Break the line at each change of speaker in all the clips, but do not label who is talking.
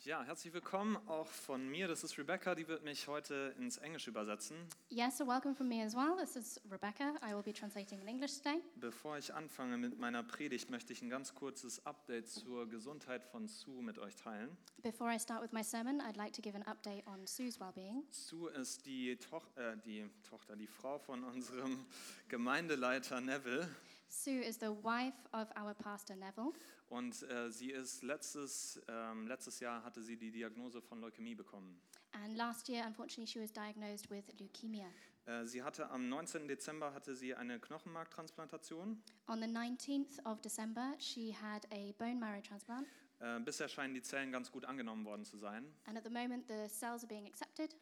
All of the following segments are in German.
Ja, herzlich willkommen auch von mir. Das ist Rebecca, die wird mich heute ins Englische übersetzen.
Yes, so welcome from me as well. This is Rebecca. I will be translating in English today.
Bevor ich anfange mit meiner Predigt, möchte ich ein ganz kurzes Update zur Gesundheit von Sue mit euch teilen.
Before I start with my sermon, I'd like to give an update on Sue's well-being.
Sue ist die, Toch äh, die Tochter, die Frau von unserem Gemeindeleiter Neville
Sue is the wife of our pastor Neville,
und äh, sie ist letztes, ähm, letztes Jahr hatte sie die Diagnose von Leukämie bekommen.
and last year, unfortunately, she was diagnosed with leukemia.
Äh, sie hatte am 19. Dezember hatte sie eine Knochenmarktransplantation.
On the 19th of December, she had a bone marrow transplant,
Äh, bisher scheinen die Zellen ganz gut angenommen worden zu sein.
and at the moment, the cells are being accepted.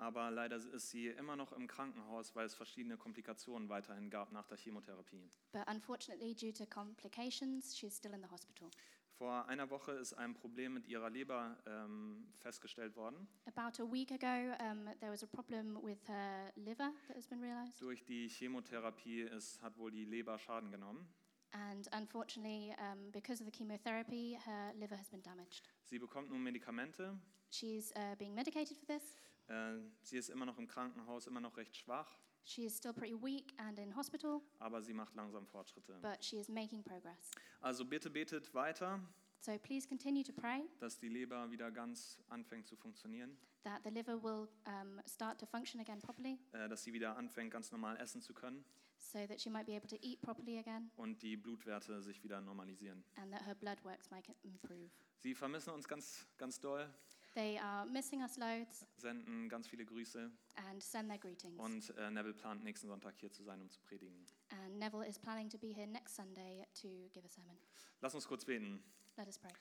Aber leider ist sie immer noch im Krankenhaus, weil es verschiedene Komplikationen weiterhin gab nach der Chemotherapie.
But unfortunately, due to complications, she's still in the hospital.
Vor einer Woche ist ein Problem mit ihrer Leber ähm, festgestellt worden.
About a week ago, um, there was a problem with her liver that has been realised,
Durch die Chemotherapie ist, hat wohl die Leber Schaden genommen.
and unfortunately, um, because of the chemotherapy, her liver has been damaged.
Sie bekommt nun Medikamente.
She's uh, being medicated for this.
Äh, sie ist immer noch im Krankenhaus, immer noch recht schwach,
She is still pretty weak and in hospital,
aber sie macht langsam Fortschritte.
but she is making progress.
Also bitte betet weiter,
So please continue to pray
dass die Leber wieder ganz anfängt zu funktionieren,
that the liver will um, start to function again properly
äh, dass sie wieder anfängt, ganz normal essen zu können
so that she might be able to eat properly again
und die Blutwerte sich wieder normalisieren.
and that her blood works might improve.
Sie vermissen uns ganz, ganz doll,
They are missing us loads
senden ganz viele Grüße
and send their greetings.
und äh, Neville plant nächsten Sonntag hier zu sein, um zu predigen.
And Neville is planning to be here next Sunday to give a sermon.
Lass uns kurz beten.
Let us pray.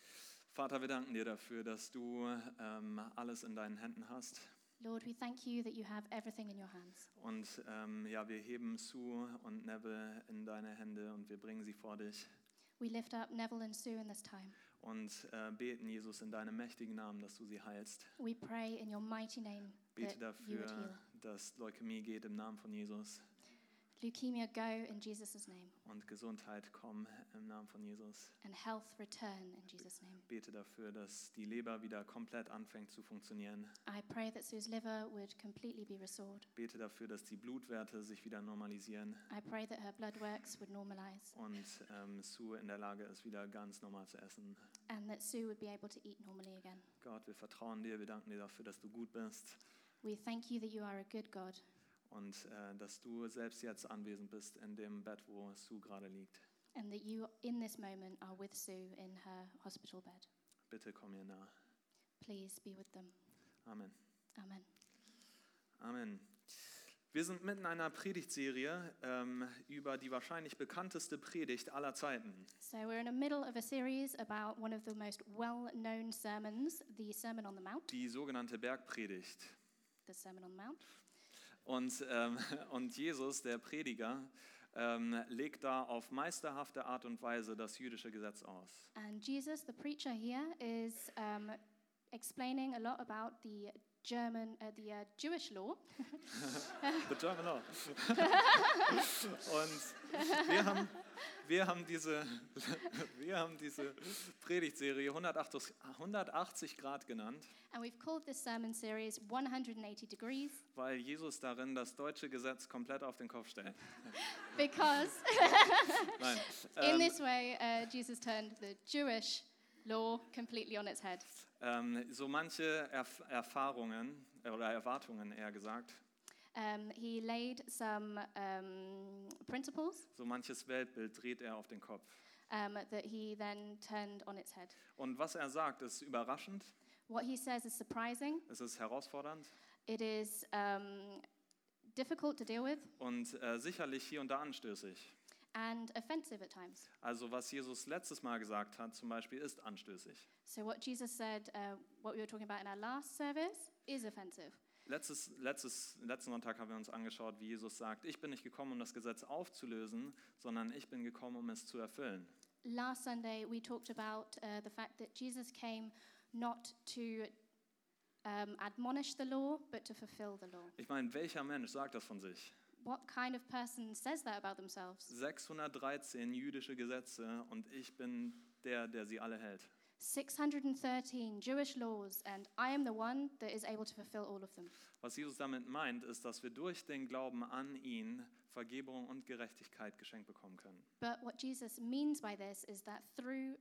Vater, wir danken dir dafür, dass du ähm, alles in deinen Händen hast.
Lord, we thank you that you have everything in your hands.
Und ähm, ja, wir heben Sue und Neville in deine Hände und wir bringen sie vor dich
We lift up Neville and Sue in this time.
und äh, beten, Jesus, in deinem mächtigen Namen, dass du sie heilst.
We pray in your mighty name
Bete
that you would heal.
dafür, dass Leukämie geht im Namen von Jesus
Leukemia, go in Jesus' name,
und Gesundheit kommt im Namen von Jesus.
and health, return in Jesus' name.
Bete dafür, dass die Leber wieder komplett anfängt zu funktionieren.
I pray that Sue's liver would completely be restored.
Bete dafür, dass die Blutwerte sich wieder normalisieren
I pray that her blood works would normalize,
und ähm, Sue in der Lage ist, wieder ganz normal zu essen.
and that Sue would be able to eat normally again.
Gott, wir vertrauen dir, wir danken dir dafür, dass du gut bist
We thank you that you are a good God,
und äh, dass du selbst jetzt anwesend bist in dem Bett, wo Sue gerade liegt.
and that you, in this moment, are with Sue in her hospital bed.
Bitte komm ihr nah.
Please be with them.
Amen.
Amen.
Amen. Wir sind mitten in einer Predigtserie ähm, über die wahrscheinlich bekannteste Predigt aller Zeiten.
So, we're in the middle of a series about one of the most well known sermons, the Sermon on the Mount.
die sogenannte Bergpredigt.
The Sermon on the Mount.
Und, ähm, und Jesus, der Prediger, ähm, legt da auf meisterhafte Art und Weise das jüdische Gesetz aus.
And Jesus, the preacher here, is um, explaining a lot about the German, uh, the uh, Jewish law.
The German law. und wir haben, wir, haben diese, wir haben diese Predigtserie 180, 180 Grad genannt,
And we've called this sermon series 180 Degrees
weil Jesus darin das deutsche Gesetz komplett auf den Kopf stellt.
because,
Nein.
in
Ähm,
this way, uh, Jesus turned the Jewish law completely on its head.
ähm, so manche Erf Erfahrungen äh, oder Erwartungen eher gesagt
Um, he laid some um, principles
So manches Weltbild dreht er auf den Kopf.
um, that he then turned on its head.
Und was er sagt, ist überraschend,
What he says is surprising,
es ist herausfordernd
it is um, difficult to deal with,
und äh, sicherlich hier und da anstößig.
and offensive at times.
Also was Jesus letztes Mal gesagt hat, zum Beispiel, ist anstößig.
So, what Jesus said, uh, what we were talking about in our last service, is offensive.
Letztes, letztes, letzten Sonntag haben wir uns angeschaut, wie Jesus sagt, ich bin nicht gekommen, um das Gesetz aufzulösen, sondern ich bin gekommen, um es zu erfüllen.
Last Sunday, we talked about uh, the fact that Jesus came not to um, admonish the law, but to fulfill the law.
Ich meine, welcher Mensch sagt das von sich?
What kind of person says that about themselves?
613 jüdische Gesetze und ich bin der, der sie alle hält.
613 Jewish laws, and I am the one that is able to fulfill all of them.
Was Jesus damit meint, ist, dass wir durch den Glauben an ihn Vergebung und Gerechtigkeit geschenkt bekommen können.
But what Jesus means by this is that through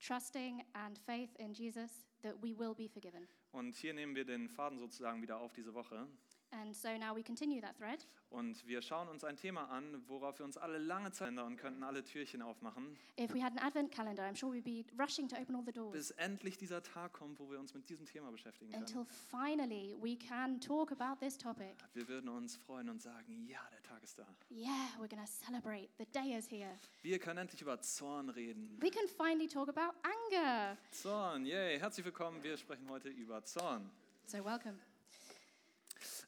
trusting and faith in Jesus, that we will be forgiven.
Und hier nehmen wir den Faden sozusagen wieder auf diese Woche.
And so now we continue that thread,
Und wir schauen uns ein Thema an, worauf wir uns alle lange Zeit ändern und könnten alle Türchen aufmachen,
If we had an advent calendar, I'm sure we'd be rushing to open all the doors
bis endlich dieser Tag kommt, wo wir uns mit diesem Thema beschäftigen können.
until finally we can talk about this topic.
Wir würden uns freuen und sagen, ja, der Tag ist da.
Yeah, we're going to celebrate. The day is here.
Wir können endlich über Zorn reden.
We can finally talk about anger.
Zorn, yay, herzlich willkommen. Wir sprechen heute über Zorn.
So, welcome.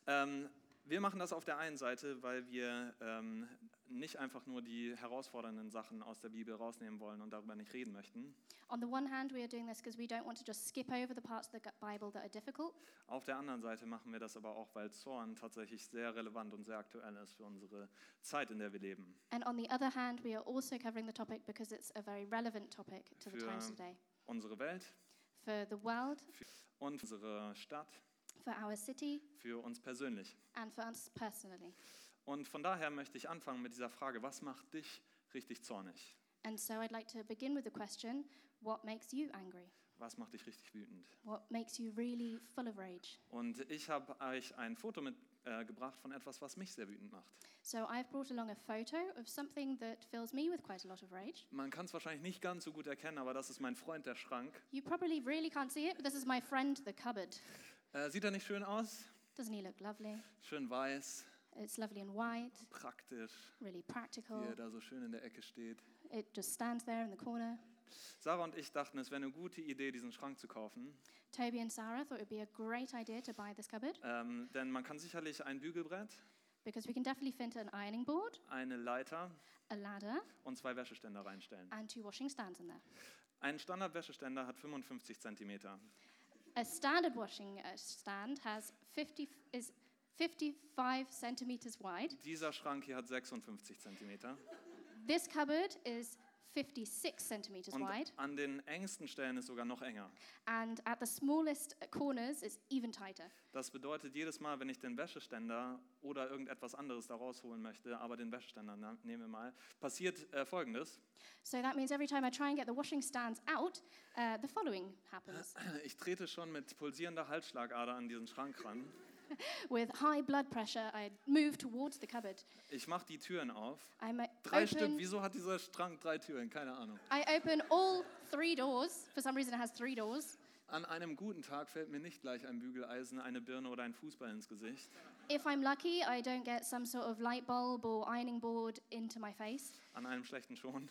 Ähm, wir machen das auf der einen Seite, weil wir ähm, nicht einfach nur die herausfordernden Sachen aus der Bibel rausnehmen wollen und darüber nicht reden möchten.
On the one hand, we are doing this because we don't want to just skip over the parts of the Bible that are difficult.
Auf der anderen Seite machen wir das aber auch, weil Zorn tatsächlich sehr relevant und sehr aktuell ist für unsere Zeit, in der wir leben.
And on the other hand, we are also covering the topic because it's a very relevant topic to the times
Für-
today
Unsere Welt
for the world,
und unsere Stadt,
for our city,
für uns persönlich.
and for us personally.
Und von daher möchte ich anfangen mit dieser Frage, was macht dich richtig zornig?
And so I'd like to begin with the question what makes you angry?
Was macht dich richtig wütend?
What makes you really full of rage?
Und ich habe euch ein Foto mitgebracht äh, gebracht von etwas, was mich sehr wütend macht.
So I've brought along a photo of something that fills me with quite a lot of rage.
Man kann es wahrscheinlich nicht ganz so gut erkennen, aber das ist mein Freund, der Schrank.
You probably really can't see it, but this is my friend, the cupboard.
Äh, sieht er nicht schön aus?
Doesn't he look lovely?
Schön weiß,
It's lovely and white,
praktisch,
really practical.
wie er da so schön in der Ecke steht.
It just stands there in the corner.
Sarah und ich dachten, es wäre eine gute Idee, diesen Schrank zu kaufen.
Toby and Sarah thought it would be a great idea to buy this cupboard
Ähm, denn man kann sicherlich ein Bügelbrett,
because we can definitely fit an ironing board,
eine Leiter
a ladder,
und zwei Wäscheständer reinstellen.
and two washing stands in there.
Ein Standard-Wäscheständer hat 55 cm.
A standard washing uh, stand has 50 f- is 55 centimeters wide.
Dieser Schrank hier hat 56 cm.
This cupboard is 56 centimeters
Und
wide,
an den engsten Stellen ist sogar noch enger.
and at the smallest uh, corners, it's even tighter.
Das bedeutet, jedes Mal, wenn ich den Wäscheständer oder irgendetwas anderes da rausholen möchte, aber den Wäscheständer na- nehmen wir mal, passiert äh, Folgendes.
So that means every time I try and get the washing stands out, uh, the following happens.
Ich trete schon mit pulsierender Halsschlagader an diesen Schrank ran.
With high blood pressure, I move towards the cupboard.
Ich mache die Türen auf.
I, ma-
Drei Stück.
open,
Wieso hat dieser Schrank drei Türen? Keine Ahnung.
I open all three doors. For some reason, it has three doors.
An einem guten Tag fällt mir nicht gleich ein Bügeleisen, eine Birne oder ein Fußball ins Gesicht.
If I'm lucky, I don't get some sort of light bulb or ironing board into my face.
An einem schlechten schon.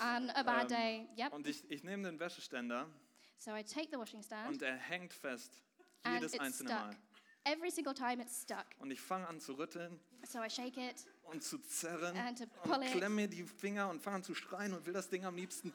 And a bad
Ähm,
day, yep.
Und ich, ich nehme den Wäscheständer
So I take the washing stand,
und er hängt fest.
and
Jedes
it's
einzelne
stuck.
Mal.
Every single time, it's stuck.
Und ich fange an zu rütteln
So I shake it.
und zu zerren
And to
und
pull it.
klemme mir die Finger und fange an zu schreien und will das Ding am liebsten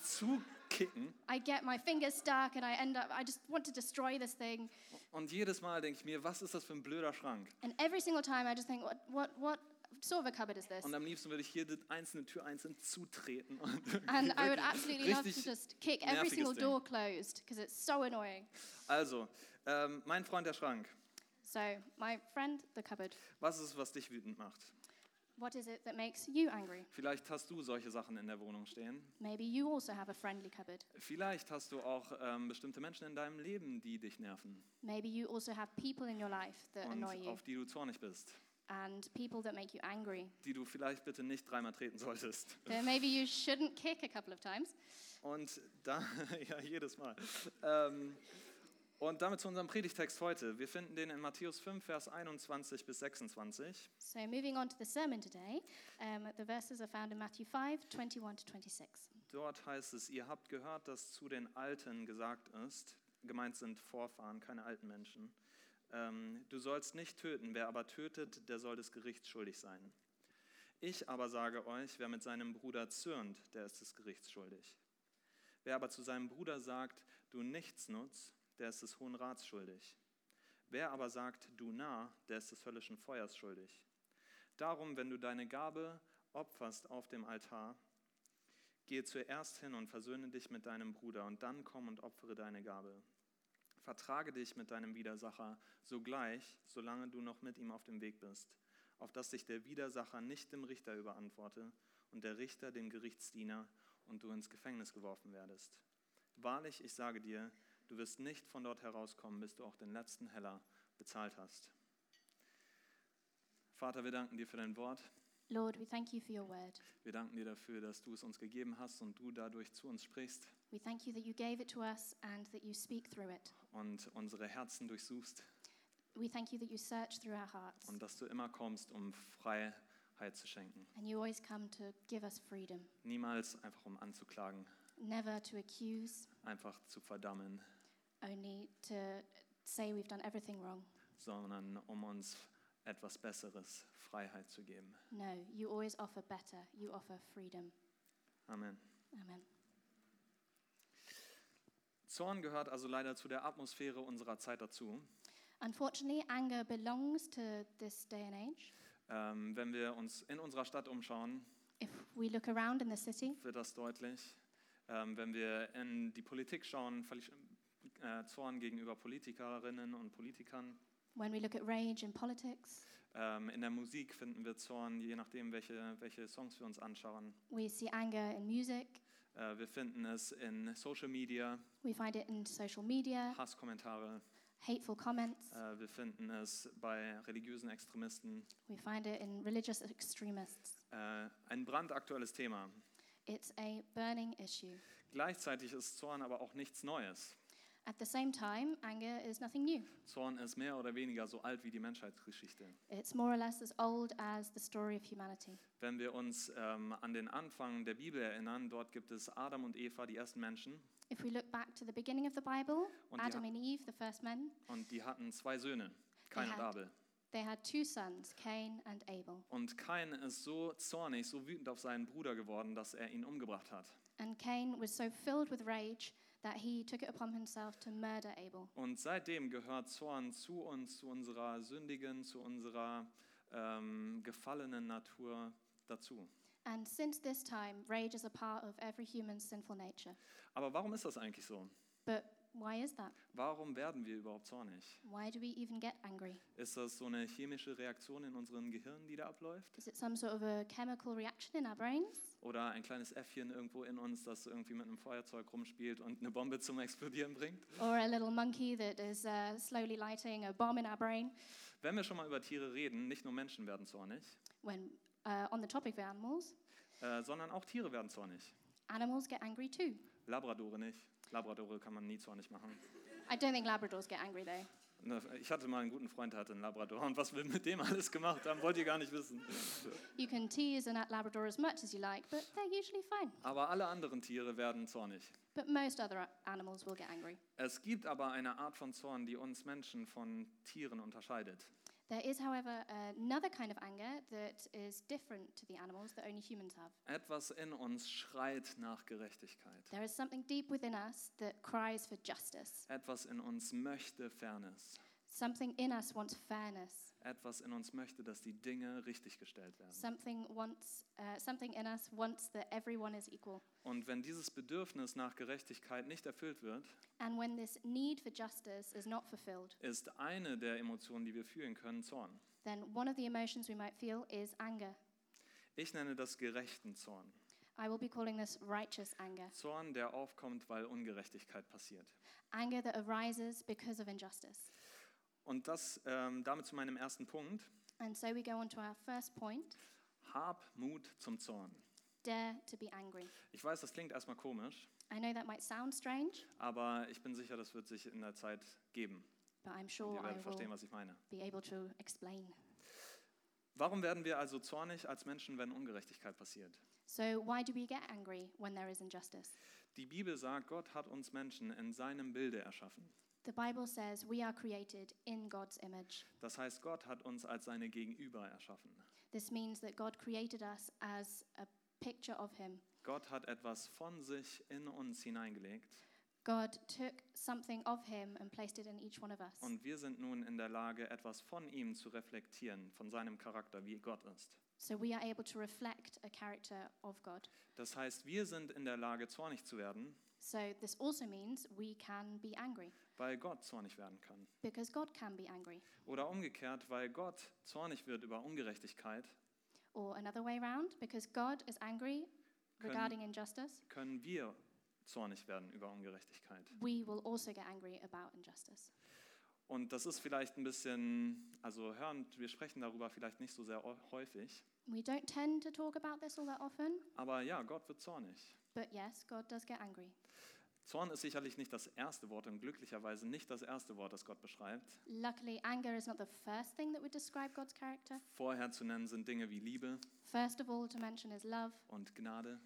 zukicken.
I get my fingers stuck and I end up, I just want to destroy this thing.
Und jedes Mal denke ich mir, was ist das für ein blöder Schrank?
And every single time I just think, what, what, what sort of a cupboard is this?
Und am liebsten würde ich jede einzelne Tür einzeln zutreten. Und
And I would
wirklich
absolutely love to
richtig-
just kick every
nerviges
single
Ding.
door closed because it's so annoying.
Also, ähm, mein Freund der Schrank,
So, my friend, the cupboard,
was ist es, was dich wütend macht?
what is it that makes you angry?
Vielleicht hast du solche Sachen in der Wohnung stehen.
Maybe you also have a friendly cupboard.
Vielleicht hast du auch ähm, bestimmte Menschen in deinem Leben, die dich nerven
Maybe you also have people in your life that
und
annoy you
auf die du zornig bist,
and people that make you angry.
die du vielleicht bitte nicht dreimal treten solltest.
That maybe you shouldn't kick a couple of times.
Und da, ja, jedes Mal. Ähm, und damit zu unserem Predigtext heute. Wir finden den in Matthäus 5, Vers 21 bis 26.
So, moving on to the sermon today, um, the verses are found in Matthew 5 21 to 26.
Dort heißt es, ihr habt gehört, dass zu den Alten gesagt ist, gemeint sind Vorfahren, keine alten Menschen, ähm, du sollst nicht töten, wer aber tötet, der soll des Gerichts schuldig sein. Ich aber sage euch, wer mit seinem Bruder zürnt, der ist des Gerichts schuldig. Wer aber zu seinem Bruder sagt, du nichts nutz, der ist des Hohen Rats schuldig. Wer aber sagt, du nah, der ist des höllischen Feuers schuldig. Darum, wenn du deine Gabe opferst auf dem Altar, Gehe zuerst hin und versöhne dich mit deinem Bruder und dann komm und opfere deine Gabe. Vertrage dich mit deinem Widersacher sogleich, solange du noch mit ihm auf dem Weg bist, auf dass sich der Widersacher nicht dem Richter überantworte und der Richter dem Gerichtsdiener und du ins Gefängnis geworfen werdest. Wahrlich, ich sage dir, du wirst nicht von dort herauskommen, bis du auch den letzten Heller bezahlt hast. Vater, wir danken dir für dein Wort.
Lord, we thank you for your word.
Wir danken dir dafür, dass du es uns gegeben hast und du dadurch zu uns sprichst
We thank you that you gave it to us and that you speak through it.
und unsere Herzen durchsuchst
We thank you that you search through our hearts
und dass du immer kommst, um Freiheit zu schenken.
and you always come to give us freedom,
Niemals einfach um anzuklagen,
never to accuse,
einfach zu verdammen,
only to say we've done everything wrong.
sondern um uns etwas Besseres, Freiheit zu geben.
No, you always offer better. You offer freedom.
Amen.
Amen.
Zorn gehört also leider zu der Atmosphäre unserer Zeit dazu.
Unfortunately, anger belongs to this day and age.
Ähm, wenn wir uns in unserer Stadt umschauen,
If we look around in the city,
wird das deutlich. Ähm, wenn wir in die Politik schauen, verli- äh, Zorn gegenüber Politikerinnen und Politikern.
when we look at rage in politics,
Ähm, in der Musik finden wir Zorn, je nachdem, welche, welche Songs wir uns anschauen.
we see anger in music,
Äh, wir finden es in Social Media,
we find it in social media,
Hasskommentare.
hateful comments,
Äh, wir finden es bei religiösen Extremisten.
we find it in religious extremists.
Äh, ein brandaktuelles Thema.
It's a burning issue.
Gleichzeitig ist Zorn aber auch nichts Neues.
At the same time, anger is nothing new.
Zorn ist mehr oder weniger so alt wie die Menschheitsgeschichte.
It's more or less as old as the story of humanity.
Wenn wir uns ähm, an den Anfang der Bibel erinnern, dort gibt es Adam und Eva, die ersten Menschen,
If we look back to the beginning of the Bible,
und die,
Adam
ha-
and Eve, the first men,
und die hatten zwei Söhne, Kain und
Ja.
Abel.
they had two sons, Cain and Abel.
Und Kain ist so zornig, so wütend auf seinen Bruder geworden, dass er ihn umgebracht hat.
And Cain was so filled with rage that he took it upon himself to murder Abel.
Und seitdem gehört Zorn zu uns, zu unserer sündigen, zu unserer ähm, gefallenen Natur dazu.
And since this time, rage is a part of every human's sinful nature.
Aber warum ist das eigentlich so?
But why is that?
Warum werden wir überhaupt zornig?
Why do we even get angry?
Ist das so eine chemische Reaktion in unserem Gehirn, die da abläuft?
Is it some sort of a chemical reaction in our brains?
Oder ein kleines Äffchen irgendwo in uns, das irgendwie mit einem Feuerzeug rumspielt und eine Bombe zum Explodieren bringt.
Or a little monkey that is uh, slowly lighting a bomb in our brain?
Wenn wir schon mal über Tiere reden, nicht nur Menschen werden zornig,
When uh, on the topic of animals,
äh, sondern auch Tiere werden zornig.
animals get angry too.
Labradore nicht. Labradore kann man nie zornig machen.
I don't think Labradors get angry though.
Ne, Ich hatte mal einen guten Freund, der hatte einen Labrador und was wir mit dem alles gemacht haben, wollt ihr gar nicht wissen.
You can tease a nat- Labrador as much as you like, but they're usually fine.
Aber alle anderen Tiere werden zornig.
But most other a- animals will get angry.
Es gibt aber eine Art von Zorn, die uns Menschen von Tieren unterscheidet.
There is, however, another kind of anger that is different to the animals that only humans have.
Etwas in uns schreit nach Gerechtigkeit.
There is something deep within us that cries for justice.
Etwas in uns möchte Fairness.
Something in us wants fairness.
Etwas in uns möchte, dass die Dinge richtiggestellt werden.
Something wants, uh, something in us wants that everyone is equal.
Und wenn dieses Bedürfnis nach Gerechtigkeit nicht erfüllt wird,
And when this need for justice is not fulfilled,
ist eine der Emotionen, die wir fühlen können, Zorn.
then one of the emotions we might feel is anger.
Ich nenne das gerechten Zorn.
I will be calling this righteous anger,
Zorn, der aufkommt, weil Ungerechtigkeit passiert.
anger that arises because of injustice.
Und das ähm, damit zu meinem ersten Punkt.
And so we go on to our first point
Hab Mut zum Zorn.
dare to be angry.
Ich weiß, das klingt erstmal komisch,
I know that might sound strange,
aber ich bin sicher, das wird sich in der Zeit geben.
but I'm
Und
sure
ihr
I
werdet verstehen,
will
was ich meine.
be able to explain.
Warum werden wir also zornig als Menschen, wenn Ungerechtigkeit passiert?
So, why do we get angry when there is injustice?
Die Bibel sagt, Gott hat uns Menschen in seinem Bilde erschaffen.
The Bible says we are created in God's image.
Das heißt, Gott hat uns als seine Gegenüber erschaffen.
This means that God created us as a picture of Him.
Gott hat etwas von sich in uns hineingelegt
God took something of Him and placed it in each one of us.
und wir sind nun in der Lage, etwas von ihm zu reflektieren, von seinem Charakter, wie Gott ist.
So we are able to reflect a character of God.
Das heißt, wir sind in der Lage, zornig zu werden,
So this also means we can be angry
weil Gott zornig werden kann.
because God can be angry.
Oder umgekehrt, weil Gott zornig wird über Ungerechtigkeit,
Or another way round, because God is angry regarding injustice,
können wir zornig werden über Ungerechtigkeit.
we will also get angry about injustice.
Und das ist vielleicht ein bisschen, also hören, wir sprechen darüber vielleicht nicht so sehr o- häufig,
We don't tend to talk about this all that often,
aber ja, Gott wird zornig.
but yes, God does get angry.
Zorn ist sicherlich nicht das erste Wort und glücklicherweise nicht das erste Wort, das Gott beschreibt.
Luckily, anger is not the first thing that would describe God's character.
Vorher zu nennen sind Dinge wie Liebe
First of all, to mention is love
und Gnade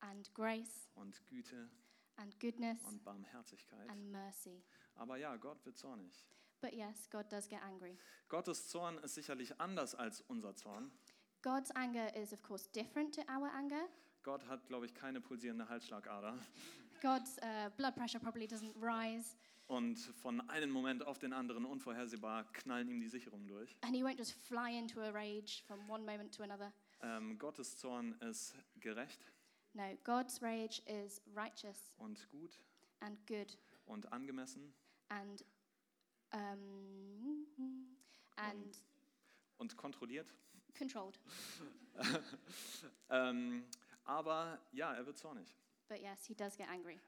and grace
und Güte
and goodness
und Barmherzigkeit.
and mercy.
Aber ja, Gott wird zornig.
But yes, God does get angry.
Gottes Zorn ist sicherlich anders als unser Zorn.
God's anger is, of course, different to our anger.
Gott hat, glaube ich, keine pulsierende Halsschlagader.
God's uh, blood pressure probably doesn't rise,
Und von einem Moment auf den anderen unvorhersehbar knallen ihm die Sicherungen durch.
and he won't just fly into a rage from one moment to another.
Ähm, Gottes Zorn ist gerecht
No, God's rage is righteous
und gut
and good
und angemessen
and um, and
und kontrolliert.
controlled.
Ähm, aber ja, er wird zornig.
But yes, he does get angry.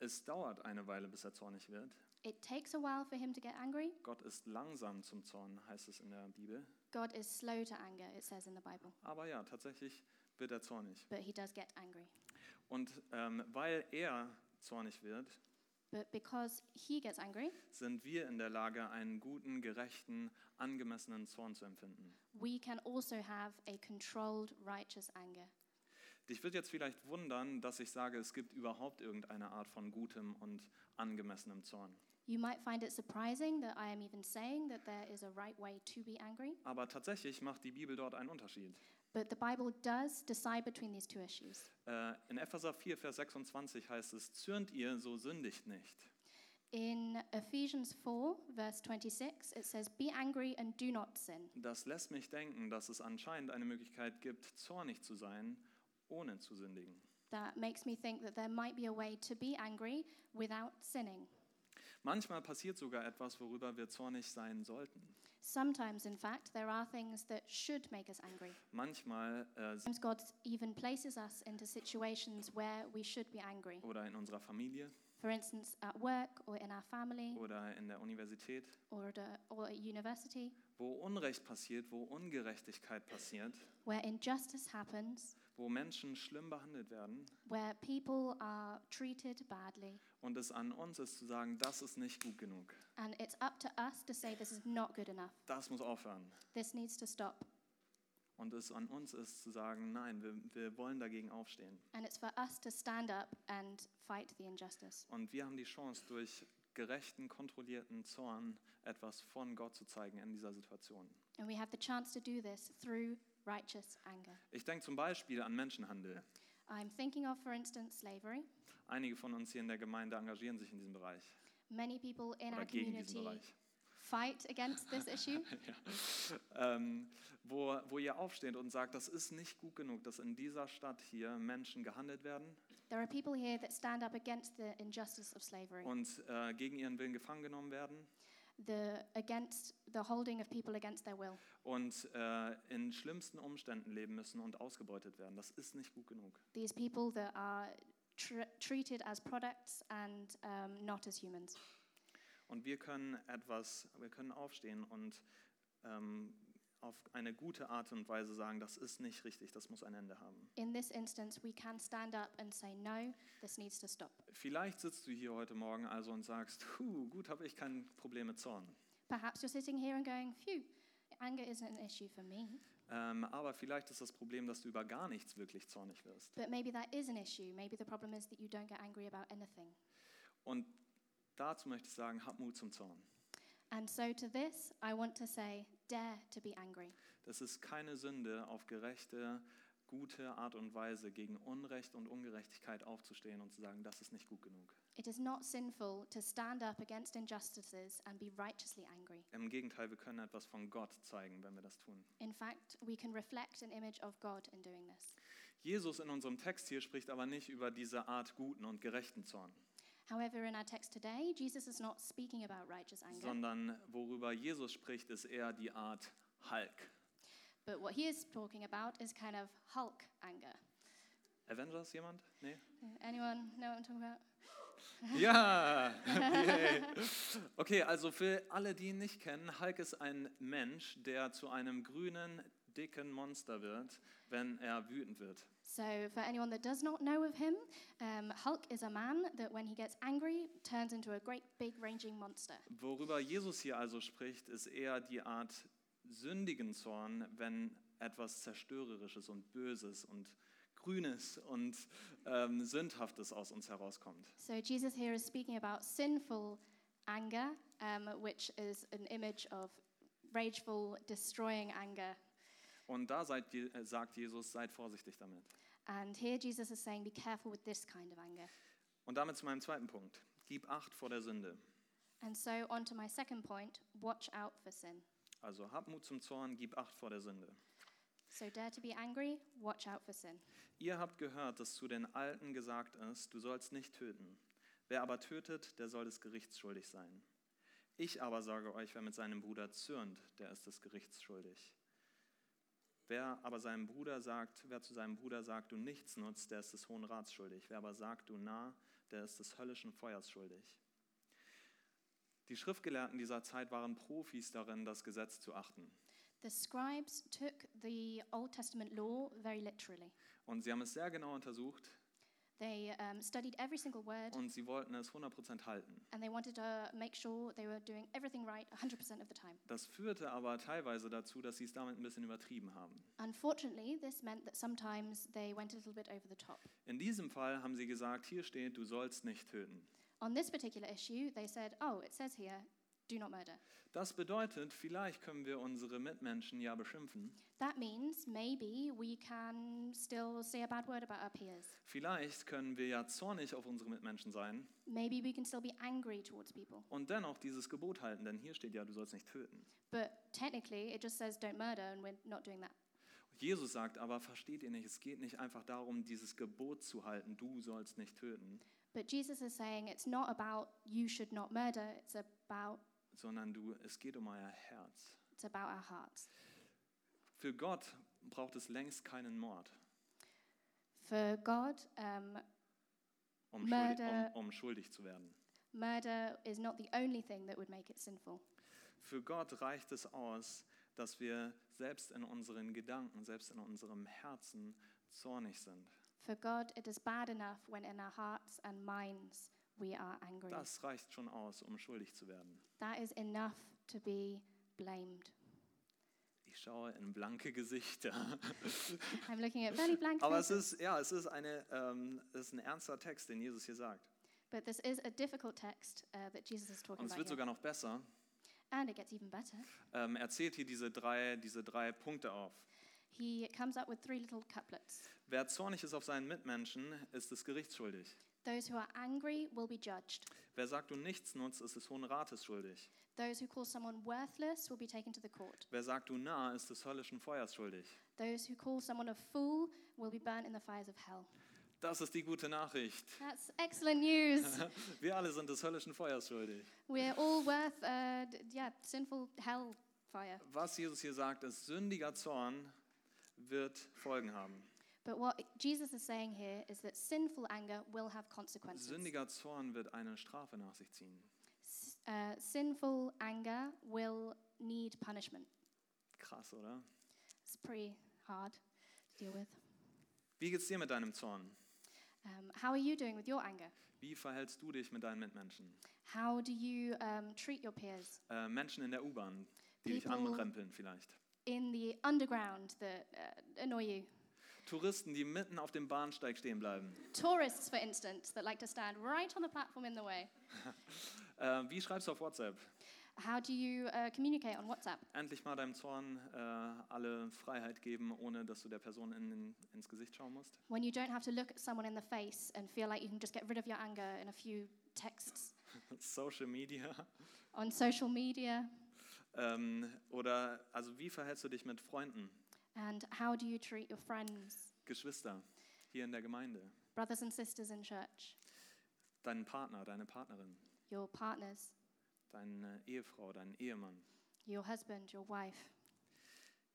Es dauert eine Weile, bis er zornig wird.
It takes a while for him to get angry.
Gott ist langsam zum Zorn, heißt es in der Bibel.
God is slow to anger, it says in the Bible,
Aber ja, tatsächlich wird er zornig.
but he does get angry.
Und ähm, weil er zornig wird,
But because he gets angry,
sind wir in der Lage, einen guten, gerechten, angemessenen Zorn zu empfinden.
we can also have a controlled, righteous anger.
Dich wird jetzt vielleicht wundern, dass ich sage, es gibt überhaupt irgendeine Art von gutem und angemessenem Zorn.
You might find it surprising that I am even saying that there is a right way to be angry,
Aber tatsächlich macht die Bibel dort einen Unterschied.
but the Bible does decide between these two issues.
Äh, In Epheser 4, Vers 26 heißt es, zürnt ihr, so sündigt nicht.
In Ephesians 4, verse 26, it says, Be angry and do not sin.
Das lässt mich denken, dass es anscheinend eine Möglichkeit gibt, zornig zu sein, ohne zu sündigen.
That makes me think that there might be a way to be angry without sinning.
Manchmal passiert sogar etwas, worüber wir zornig sein sollten.
Sometimes, in fact, there are things that should make us angry.
Manchmal äh, sind-
Sometimes God even places us into situations where we should be angry.
oder in unserer Familie
For instance, at work or in our family
oder in der Universität,
or at, a, or at university,
wo Unrecht passiert, wo Ungerechtigkeit passiert,
where injustice happens,
wo Menschen schlimm behandelt werden.
where people are treated badly.
Und es an uns ist zu sagen, das ist nicht gut genug.
And it's up to us to say this is not good enough.
Das muss aufhören.
This needs to stop.
Und es an uns ist zu sagen, nein, wir, wir wollen dagegen aufstehen.
And it's for us to stand up and fight the injustice.
Und wir haben die Chance, durch gerechten, kontrollierten Zorn etwas von Gott zu zeigen in dieser Situation.
And we have the chance to do this through righteous anger.
Ich denke zum Beispiel an Menschenhandel.
I'm thinking of, for instance, slavery.
Einige von uns hier in der Gemeinde engagieren sich in diesem Bereich
Many people in
oder
our
gegen diesen
community
Bereich.
fight against this issue,
ähm, wo, wo ihr aufsteht und sagt, das ist nicht gut genug, dass in dieser Stadt hier Menschen gehandelt werden
there are people here that stand up against the injustice of slavery,
und äh, gegen ihren Willen gefangen genommen werden
the against the holding of people against their will,
und äh, in schlimmsten Umständen leben müssen und ausgebeutet werden. Das ist nicht gut genug.
these people that are tr- treated as products and um, not as humans.
Und wir können etwas, wir können aufstehen und ähm, auf eine gute Art und Weise sagen, das ist nicht richtig, das muss ein Ende haben.
In this instance, we can stand up and say, "No, this needs to stop."
Vielleicht sitzt du hier heute Morgen also und sagst, Puh, gut, habe ich kein Problem mit Zorn.
Perhaps you're sitting here and going, "Phew, anger isn't an issue for me,"
Ähm, aber vielleicht ist das Problem, dass du über gar nichts wirklich zornig wirst.
but maybe that is an issue. Maybe the problem is that you don't get angry about anything.
Und dazu möchte ich sagen, hab Mut zum Zorn.
And so, to this, I want to say, "Dare to be angry."
Das ist keine Sünde, auf gerechte, gute Art und Weise gegen Unrecht und Ungerechtigkeit aufzustehen und zu sagen, das ist nicht gut genug.
It is not sinful to stand up against injustices and be righteously angry.
Im Gegenteil, wir können etwas von Gott zeigen, wenn wir das tun.
In fact, we can reflect an image of God in doing this.
Jesus in unserem Text hier spricht aber nicht über diese Art guten und gerechten Zorn,
However, in our text today, Jesus is not speaking about righteous anger,
sondern worüber Jesus spricht, ist eher die Art Hulk.
but what he is talking about is kind of Hulk anger.
Avengers jemand? Nee?
Anyone know what I'm talking about?
Ja! Yay. Okay, also für alle, die ihn nicht kennen, Hulk ist ein Mensch, der zu einem grünen, dicken Monster wird, wenn er wütend wird.
So, for anyone that does not know of him, um, Hulk is a man that when he gets angry turns into a great big raging monster.
Worüber Jesus hier also spricht, ist eher die Art sündigen Zorn, wenn etwas Zerstörerisches und Böses und Grünes und ähm, Sündhaftes aus uns herauskommt.
So, Jesus here is speaking about sinful anger, um, which is an image of rageful, destroying anger.
Und da seid, Je- äh, sagt Jesus, seid vorsichtig damit.
And here Jesus is saying, be careful with this kind of anger.
Und damit zu meinem zweiten Punkt. Gib acht vor der Sünde.
And so, on to my second point watch out for sin.
Also hab Mut zum Zorn, gib acht vor der Sünde.
So, dare to be angry, watch out for sin.
Ihr habt gehört, dass zu den Alten gesagt ist, du sollst nicht töten. Wer aber tötet, der soll des Gerichts schuldig sein. Ich aber sage euch, wer mit seinem Bruder zürnt, der ist des Gerichts schuldig. Wer aber seinem Bruder sagt, wer zu seinem Bruder sagt, du nichts nutzt, der ist des Hohen Rats schuldig. Wer aber sagt, du nah, der ist des höllischen Feuers schuldig. Die Schriftgelehrten dieser Zeit waren Profis darin, das Gesetz zu achten.
The scribes took the Old Testament law very literally.
Und sie haben es sehr genau untersucht
They um, studied every single word
und sie wollten es 100% halten.
and they wanted to make sure they were doing everything right 100% of the time.
Das führte aber teilweise dazu, dass sie es damit ein bisschen übertrieben haben.
Unfortunately, this meant that sometimes they went a little bit over the top.
In diesem Fall haben sie gesagt, hier steht, du sollst nicht töten.
On this particular issue, they said, oh, it says here, do not murder.
Das bedeutet, vielleicht können wir unsere Mitmenschen ja beschimpfen.
That means maybe we can still say a bad word about our peers.
Vielleicht können wir ja zornig auf unsere Mitmenschen sein
Maybe we can still be angry towards people.
und dennoch dieses Gebot halten, denn hier steht ja, du sollst nicht töten.
But technically, it just says don't murder, and we're not doing that.
Jesus sagt aber, versteht ihr nicht, es geht nicht einfach darum, dieses Gebot zu halten, du sollst nicht töten,
But Jesus is saying it's not about you should not murder, it's about,
sondern du, es geht um euer Herz.
it's about our hearts.
Für Gott braucht es längst keinen Mord,
For God, um,
um, schuldig,
Mörder-
um, um schuldig zu werden.
murder is not the only thing that would make it sinful.
Für Gott reicht es aus, dass wir selbst in unseren Gedanken, selbst in unserem Herzen zornig sind.
For God, it is bad enough when in our hearts and minds we are angry.
Das reicht schon aus, um schuldig zu werden.
that is enough to be blamed.
Ich schaue in blanke Gesichter.
I'm looking at fairly blank
Aber es
faces,
ist, ja, es ist, eine, ähm, es ist ein ernster Text, den Jesus hier sagt.
but this is a difficult text uh, that Jesus is talking
Und es
about.
wird
here.
sogar noch besser.
And it gets even better.
Ähm, er zählt hier diese drei, diese drei Punkte auf.
He comes up with three little couplets.
Wer zornig ist auf seinen Mitmenschen, ist des Gerichts schuldig.
Those who are angry will be judged.
Wer sagt, du nichts nutzt, ist des Hohen Rates schuldig.
Those who call someone worthless will be taken to the court.
Wer sagt, du nah, ist des höllischen Feuers schuldig.
Those who call someone a fool will be burnt in the fires of hell.
Das ist die gute Nachricht.
That's excellent news.
Wir alle sind des höllischen Feuers schuldig.
We're all worth, uh, d- yeah, sinful hell fire.
Was Jesus hier sagt, ist, sündiger Zorn wird Folgen haben.
But what Jesus is saying here is that sinful anger will have consequences.
Sündiger Zorn wird eine Strafe nach sich ziehen.
S- uh, sinful anger will need punishment.
Krass, oder?
It's pretty hard to deal with.
Wie geht's dir mit deinem Zorn?
Um, how are you doing with your anger?
Wie verhältst du dich mit deinen Mitmenschen?
How do you um, treat your peers
Äh, Menschen in der U-Bahn, die dich
People-
anrempeln vielleicht.
in the underground that uh, annoy you?
Touristen, die mitten auf dem Bahnsteig stehen bleiben.
Tourists, for instance, that like to stand right on the platform in the way.
Äh, wie schreibst du auf WhatsApp?
How do you uh, communicate on WhatsApp?
Endlich mal deinem Zorn äh, alle Freiheit geben, ohne dass du der Person in, den- ins Gesicht schauen musst.
When you don't have to look at someone in the face and feel like you can just get rid of your anger in a few texts
Social Media.
on social media?
Ähm, oder also wie verhältst du dich mit Freunden,
And how do you treat your friends,
Geschwister hier in der Gemeinde,
brothers and sisters in church,
deinen Partner, deine Partnerin,
your partners,
deine Ehefrau, deinen Ehemann?
your husband, your wife?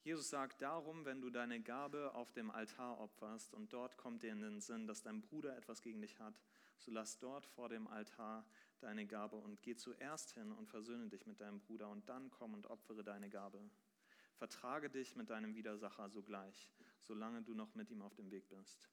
Jesus sagt darum, wenn du deine Gabe auf dem Altar opferst und dort kommt dir in den Sinn, dass dein Bruder etwas gegen dich hat, so lass dort vor dem Altar deine Gabe und geh zuerst hin und versöhne dich mit deinem Bruder und dann komm und opfere deine Gabe. Vertrage dich mit deinem Widersacher sogleich, solange du noch mit ihm auf dem Weg bist.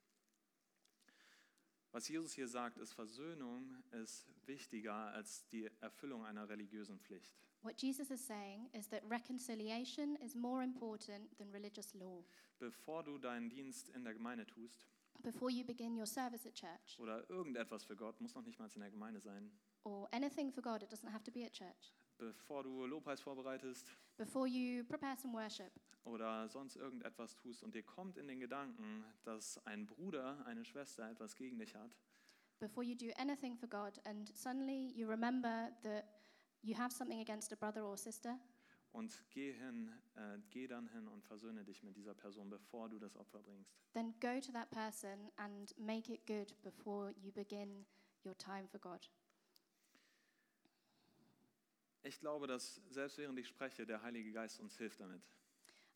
Was Jesus hier sagt, ist, Versöhnung ist wichtiger als die Erfüllung einer religiösen Pflicht.
What Jesus is saying is that reconciliation is more important than religious law.
Bevor du deinen Dienst in der Gemeinde tust,
Before you begin your service at church
oder irgendetwas für Gott, muss noch nicht mal in der Gemeinde sein.
or anything for God, it doesn't have to be at church.
Bevor du Lobpreis vorbereitest
Before you prepare some worship
oder sonst irgendetwas tust und dir kommt in den Gedanken, dass ein Bruder, eine Schwester etwas gegen dich hat,
before you do anything for God, and suddenly you remember that you have something against a brother or sister,
und geh hin, äh, geh dann hin und versöhne dich mit dieser Person, bevor du das Opfer bringst.
then go to that person and make it good before you begin your time for God.
Ich glaube, dass selbst während ich spreche, der Heilige Geist uns hilft damit,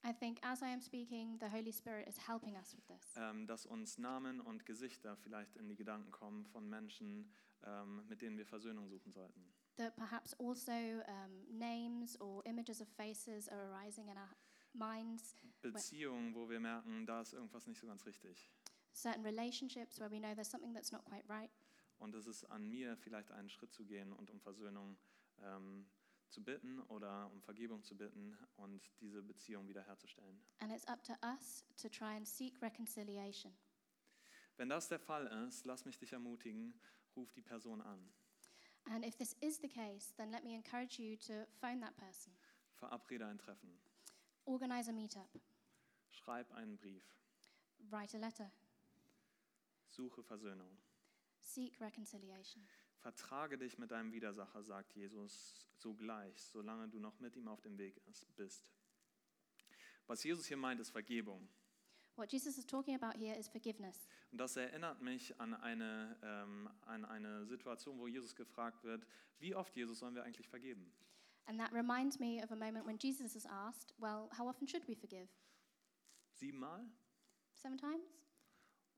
I think as I am speaking, the Holy Spirit is helping us with this,
ähm, dass uns Namen und Gesichter vielleicht in die Gedanken kommen von Menschen, ähm, mit denen wir Versöhnung suchen sollten.
that perhaps also um, names or images of faces are arising in our minds,
Beziehungen, wo wir merken, da ist irgendwas nicht so ganz richtig.
certain relationships where we know there's something that's not quite right.
Und es ist an mir, vielleicht einen Schritt zu gehen und um Versöhnung ähm, zu bitten oder um Vergebung zu bitten und diese Beziehung wiederherzustellen.
And it's up to us to try and seek reconciliation.
Wenn das der Fall ist, lass mich dich ermutigen, ruf die Person an.
And if this is the case, then let me encourage you to phone that person,
Verabrede ein Treffen,
organize a meetup,
schreib einen Brief,
write a letter,
suche Versöhnung.
seek reconciliation.
Vertrage dich mit deinem Widersacher, sagt Jesus, sogleich, solange du noch mit ihm auf dem Weg ist- bist. Was Jesus hier meint, ist Vergebung.
What Jesus is talking about here is forgiveness.
Und das erinnert mich an eine, ähm, an eine Situation, wo Jesus gefragt wird, wie oft, Jesus, sollen wir eigentlich vergeben?
And that reminds me of a moment when Jesus is asked, Well, how often should we forgive?
Siebenmal?
Seven times?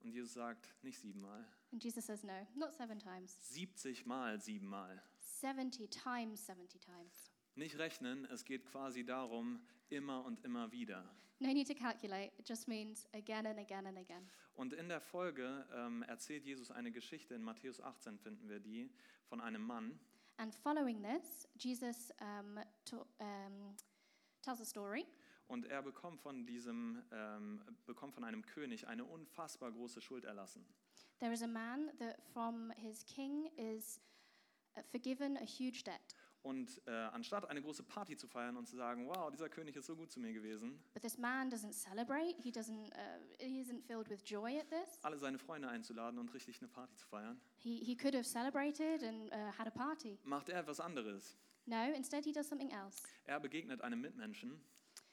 Und Jesus sagt, nicht siebenmal,
And Jesus says, No, not seven times.
70 Mal siebenmal.
70 times 70 times.
Nicht rechnen, es geht quasi darum, immer und immer wieder.
No need to calculate, it just means again and again and again.
Und in der Folge ähm, erzählt Jesus eine Geschichte, in Matthäus 18 finden wir die, von einem Mann,
And following this, Jesus um, ta- um, tells a story
Und er bekommt von diesem, ähm, bekommt von einem König eine unfassbar große Schuld erlassen.
There is a man that from his king is uh, forgiven a huge debt.
Und äh, anstatt eine große Party zu feiern und zu sagen, wow, dieser König ist so gut zu mir gewesen,
But this man doesn't celebrate. He doesn't. Uh, he isn't filled with joy at this.
alle seine Freunde einzuladen und richtig eine Party zu feiern,
He he could have celebrated and uh, had a party.
macht er etwas anderes.
No, instead he does something else.
Er begegnet einem Mitmenschen,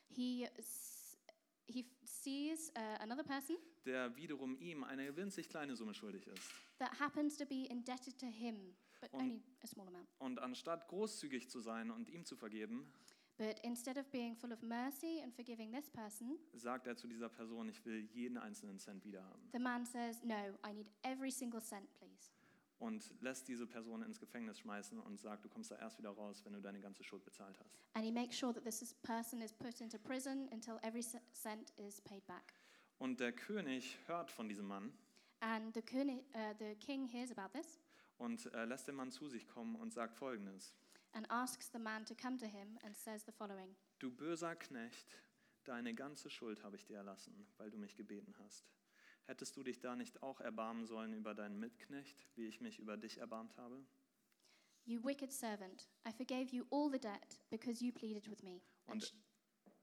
He s- he f- sees uh, another person
der wiederum ihm eine winzig kleine Summe schuldig ist.
that happens to be indebted to him, but
Und-
only a small amount.
Und anstatt großzügig zu sein und ihm zu vergeben,
But instead of being full of mercy and forgiving this person,
sagt er zu dieser Person, ich will jeden einzelnen Cent wiederhaben.
the man says, "No, I need every single cent, please."
Und lässt diese Person ins Gefängnis schmeißen und sagt, du kommst da erst wieder raus, wenn du deine ganze Schuld bezahlt hast.
And he makes sure that this is person is put into prison until every se- cent is paid back.
Und der König hört von diesem Mann
And the, König, uh, the king hears about this
und äh, lässt den Mann zu sich kommen und sagt folgendes:
and asks the man to come to him and says the following
Du böser Knecht, deine ganze Schuld habe ich dir erlassen, weil du mich gebeten hast. Hättest du dich da nicht auch erbarmen sollen über deinen Mitknecht, wie ich mich über dich erbarmt habe?
You wicked servant, I forgave you all the debt because you pleaded with me. And,
Und,
sh-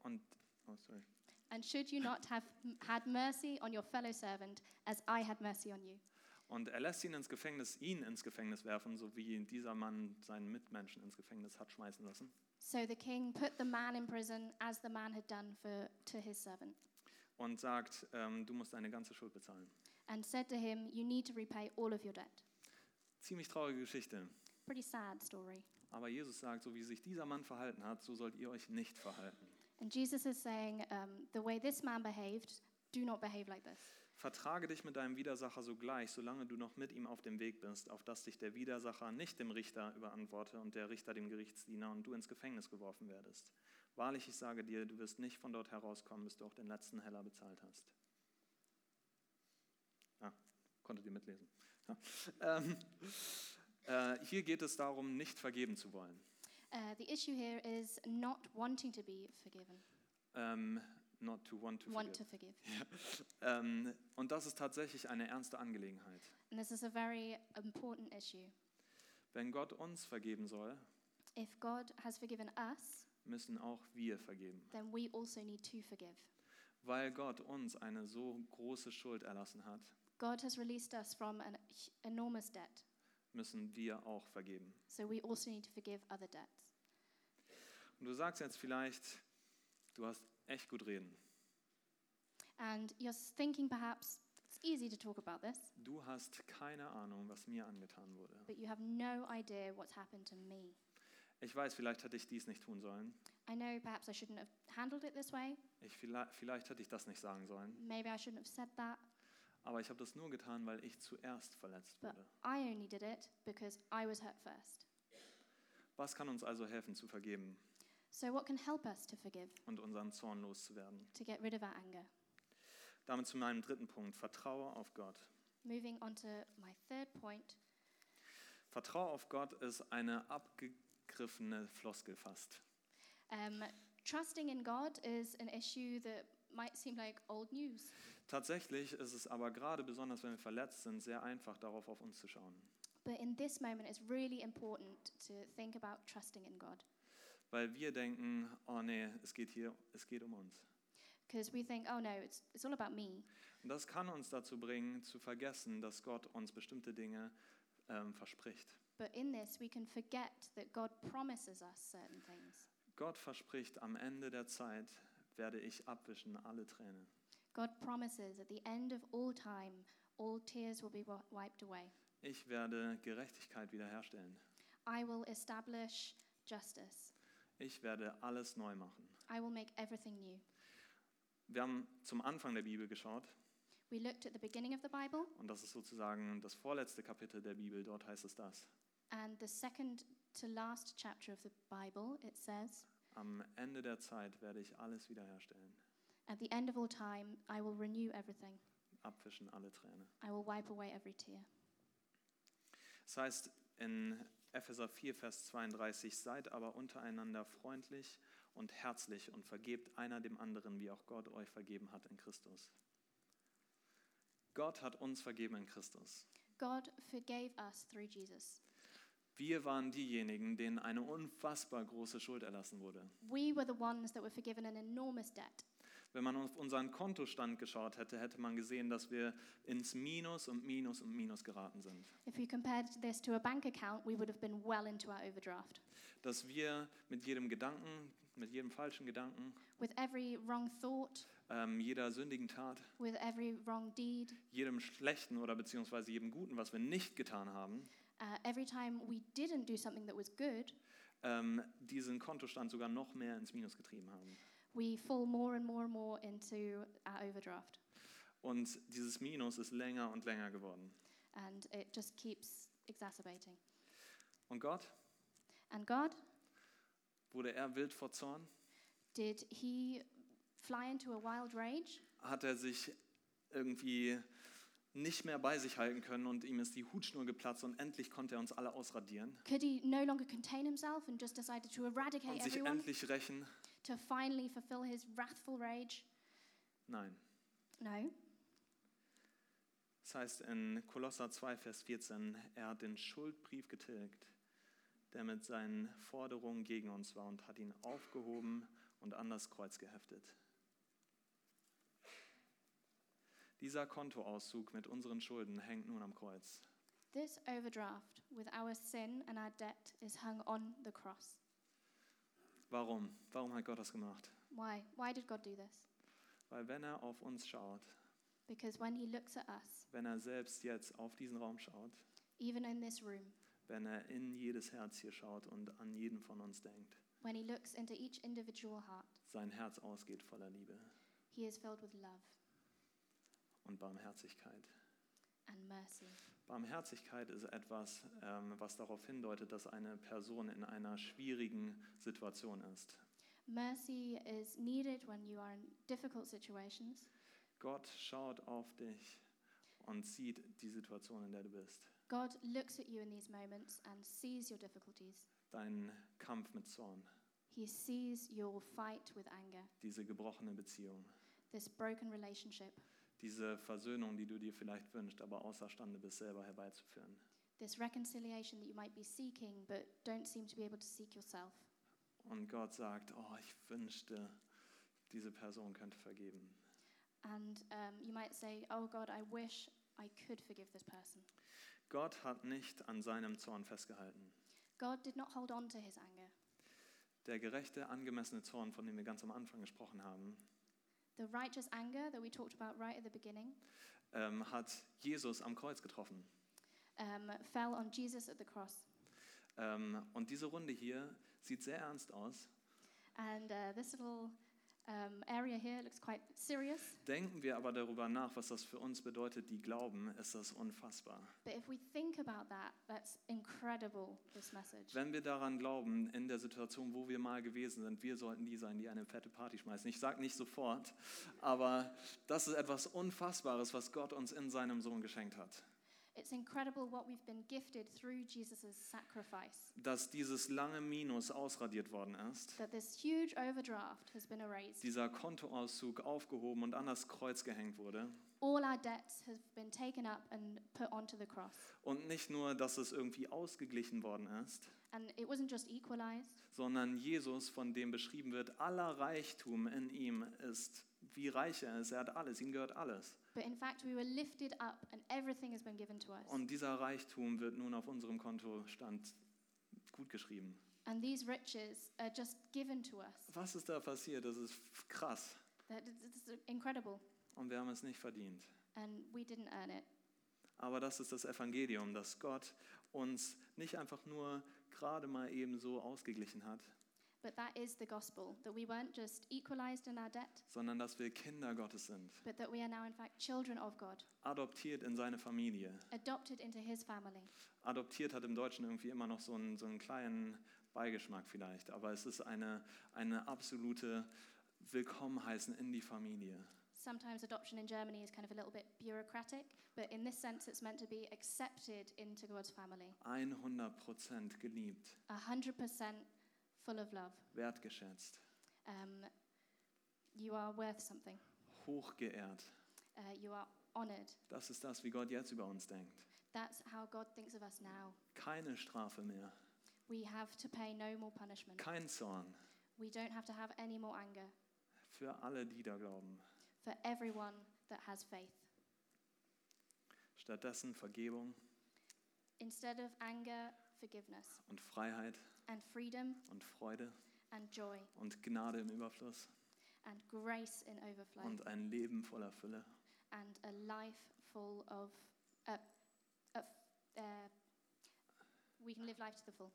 und, oh, sorry.
and should you not have m- had mercy on your fellow servant as I had mercy on you?
Und er lässt ihn ins Gefängnis, ihn ins Gefängnis werfen, so wie dieser Mann seinen Mitmenschen ins Gefängnis hat schmeißen lassen.
So the king put the man in prison as the man had done for, to his servant,
Und sagt, ähm, du musst deine ganze Schuld bezahlen.
and said to him, You need to repay all of your debt.
Ziemlich traurige Geschichte.
Pretty sad story.
Aber Jesus sagt, so wie sich dieser Mann verhalten hat, so sollt ihr euch nicht verhalten.
And Jesus is saying, um, The way this man behaved, do not behave like this.
Vertrage dich mit deinem Widersacher sogleich, solange du noch mit ihm auf dem Weg bist, auf dass dich der Widersacher nicht dem Richter überantworte und der Richter dem Gerichtsdiener und du ins Gefängnis geworfen werdest. Wahrlich, ich sage dir, du wirst nicht von dort herauskommen, bis du auch den letzten Heller bezahlt hast. Ah, konntet ihr mitlesen. Ja. Ähm, äh, hier geht es darum, nicht vergeben zu wollen.
Uh, the issue here is not wanting to be forgiven,
Ähm, not to want to
want
forgive.
to forgive.
Ähm, und das ist tatsächlich eine ernste Angelegenheit.
And this is a very important issue.
Wenn Gott uns vergeben soll,
If God has forgiven us,
müssen auch wir vergeben,
then we also need to forgive.
weil Gott uns eine so große Schuld erlassen hat,
God has released us from an h- enormous debt,
müssen wir auch vergeben.
so we also need to forgive other debts.
Und du sagst jetzt vielleicht, du hast echt gut reden.
And you're thinking perhaps it's easy to talk about this,
Du hast keine Ahnung, was mir angetan wurde.
but you have no idea what's happened to me.
Ich weiß, vielleicht hätte ich dies nicht tun sollen.
I know perhaps I shouldn't have handled it this way.
Ich vielleicht, vielleicht hätte ich das nicht sagen sollen.
Maybe I shouldn't have said that.
Aber ich habe das nur getan, weil ich zuerst verletzt
But
wurde.
I only did it because I was hurt first.
Was kann uns also helfen, zu vergeben
So, what can help us to forgive,
und unseren Zorn loszuwerden?
to get rid of our anger?
Damit zu meinem dritten Punkt. Vertraue auf Gott.
Moving on to my third point
Vertraue auf Gott ist eine abgegriffene Floskel fast.
um, trusting in God is an issue that might seem like old news.
Tatsächlich ist es aber gerade, besonders wenn wir verletzt sind, sehr einfach, darauf auf uns zu schauen.
But in this moment, it's really important to think about trusting in God
Weil wir denken, oh nee, es geht hier, es geht um uns.
because we think, oh no, it's, it's all about me.
Und das kann uns dazu bringen, zu vergessen, dass Gott uns bestimmte Dinge ähm, verspricht.
But in this, we can forget that God promises us certain things.
Gott verspricht, am Ende der Zeit werde ich abwischen alle Tränen.
God promises at the end of all time, all tears will be wi- wiped away.
Ich werde Gerechtigkeit wiederherstellen.
I will establish justice.
Ich werde alles neu machen.
I will make everything new.
Wir haben zum Anfang der Bibel geschaut
We looked at the beginning of the Bible,
und das ist sozusagen das vorletzte Kapitel der Bibel, dort heißt es das.
and the second to last chapter of the Bible, it says,
Am Ende der Zeit werde ich alles wiederherstellen,
At the end of all time, I will renew everything.
abwischen alle Tränen.
I will wipe away every tear.
Das heißt in Epheser 4, Vers 32, seid aber untereinander freundlich und herzlich und vergebt einer dem anderen, wie auch Gott euch vergeben hat in Christus. Gott hat uns vergeben in Christus.
God forgave us through Jesus.
Wir waren diejenigen, denen eine unfassbar große Schuld erlassen wurde.
We were the ones that were forgiven an enormous debt.
Wenn man auf unseren Kontostand geschaut hätte, hätte man gesehen, dass wir ins Minus und Minus und Minus geraten sind.
If we compared this to a bank account, we would have been well into our overdraft.
Dass wir mit jedem Gedanken, mit jedem falschen Gedanken,
With every wrong thought,
ähm, jeder sündigen Tat,
with every wrong deed,
jedem schlechten oder beziehungsweise jedem guten, was wir nicht getan haben,
uh, every time we didn't do something that was good,
ähm, diesen Kontostand sogar noch mehr ins Minus getrieben haben.
we fall more and more and more into our overdraft.
Und dieses Minus ist länger und länger geworden.
And it just keeps exacerbating.
Und Gott,
And God,
wurde er wild vor Zorn?
did he fly into a wild rage?
Hat er sich irgendwie nicht mehr bei sich halten können und ihm ist die Hutschnur geplatzt und endlich konnte er uns alle ausradieren
Could he no longer contain himself and just decided to eradicate
und sich
everyone
endlich rächen?
to finally fulfill his wrathful rage?
Nein.
No.
Das heißt in Kolosser 2, Vers 14, er hat den Schuldbrief getilgt, der mit seinen Forderungen gegen uns war und hat ihn aufgehoben und an das Kreuz geheftet. Dieser Kontoauszug mit unseren Schulden hängt nun am Kreuz.
This overdraft with our sin and our debt is hung on the cross.
Warum? Warum hat Gott das gemacht?
Why? Why did God do this?
Weil wenn er auf uns schaut,
Because when He looks at us,
wenn er selbst jetzt auf diesen Raum schaut,
even in this room,
wenn er in jedes Herz hier schaut und an jeden von uns denkt,
when He looks into each individual heart,
sein Herz ausgeht voller Liebe
He is filled with love
und Barmherzigkeit.
and mercy.
Barmherzigkeit ist etwas, ähm, was darauf hindeutet, dass eine Person in einer schwierigen Situation ist.
Mercy is needed when you are in difficult situations.
Gott schaut auf dich und sieht die Situation, in der du bist.
God looks at you in these moments and sees your difficulties.
Deinen Kampf mit Zorn,
He sees your fight with anger,
diese gebrochene Beziehung,
this broken relationship,
diese Versöhnung, die du dir vielleicht wünschst, aber außerstande bist, selber herbeizuführen.
this reconciliation that you might be seeking but don't seem to be able to seek yourself.
Und Gott sagt, oh, ich wünschte, diese Person könnte vergeben.
And um, you might say, Oh God, I wish I could forgive this person.
Gott hat nicht an seinem Zorn festgehalten.
God did not hold on to his anger.
Der gerechte, angemessene Zorn, von dem wir ganz am Anfang gesprochen haben,
The righteous anger that we talked about right at the beginning
ähm, hat Jesus am Kreuz getroffen.
um, fell on Jesus at the cross.
Ähm, und diese Runde hier sieht sehr ernst aus.
And uh, this little um, area here looks quite serious.
Denken wir aber darüber nach, was das für uns bedeutet, die glauben, ist das unfassbar.
But if we think about that, that's incredible, this message.
Wenn wir daran glauben, in der Situation, wo wir mal gewesen sind, wir sollten die sein, die eine fette Party schmeißen. Ich sage nicht sofort, aber das ist etwas Unfassbares, was Gott uns in seinem Sohn geschenkt hat.
It's incredible what we've been gifted through Jesus' sacrifice,
Dass dieses lange Minus ausradiert worden ist,
that this huge overdraft has been erased.
dieser Kontoauszug aufgehoben und an das Kreuz gehängt wurde.
All our debts have been taken up and put onto the cross.
Und nicht nur, dass es irgendwie ausgeglichen worden ist,
And it wasn't just equalized,
sondern Jesus, von dem beschrieben wird, aller Reichtum in ihm ist, wie reich er ist, er hat alles, ihm gehört alles.
but in fact, we were lifted up and everything has been given to us.
Und dieser Reichtum wird nun auf unserem Kontostand gut geschrieben.
And these riches are just given to us.
Was ist da passiert? Das ist f- krass.
That- It's it's incredible.
Und wir haben es nicht verdient.
And we didn't earn it.
Aber das ist das Evangelium, dass Gott uns nicht einfach nur gerade mal eben so ausgeglichen hat,
But that is the gospel, that we weren't just equalized in our debt,
sondern dass wir Kinder Gottes sind,
but that we are now, in fact, children of God,
adoptiert in seine Familie.
adopted into his family.
Adoptiert hat im Deutschen irgendwie immer noch so einen, so einen kleinen Beigeschmack vielleicht, aber es ist eine, eine absolute Willkommenheißen in die Familie.
Sometimes adoption in Germany is kind of a little bit bureaucratic, but in this sense, it's meant to be accepted into God's family.
100% geliebt,
100% full of love.
wertgeschätzt,
Um, you are worth something,
hochgeehrt.
uh, you are honored.
Das ist das, wie Gott jetzt über uns denkt.
That's how God thinks of us now.
Keine Strafe mehr,
We have to pay no more punishment.
kein Zorn
We don't have to have any more anger
für alle, die da glauben.
for everyone that has faith.
Stattdessen Vergebung
Instead of anger, forgiveness
und Freiheit
and freedom
und Freude
and joy
und Gnade im Überfluss
and grace in overflow
und ein Leben voller Fülle.
and a life full of. Uh, of uh, we can live life to the full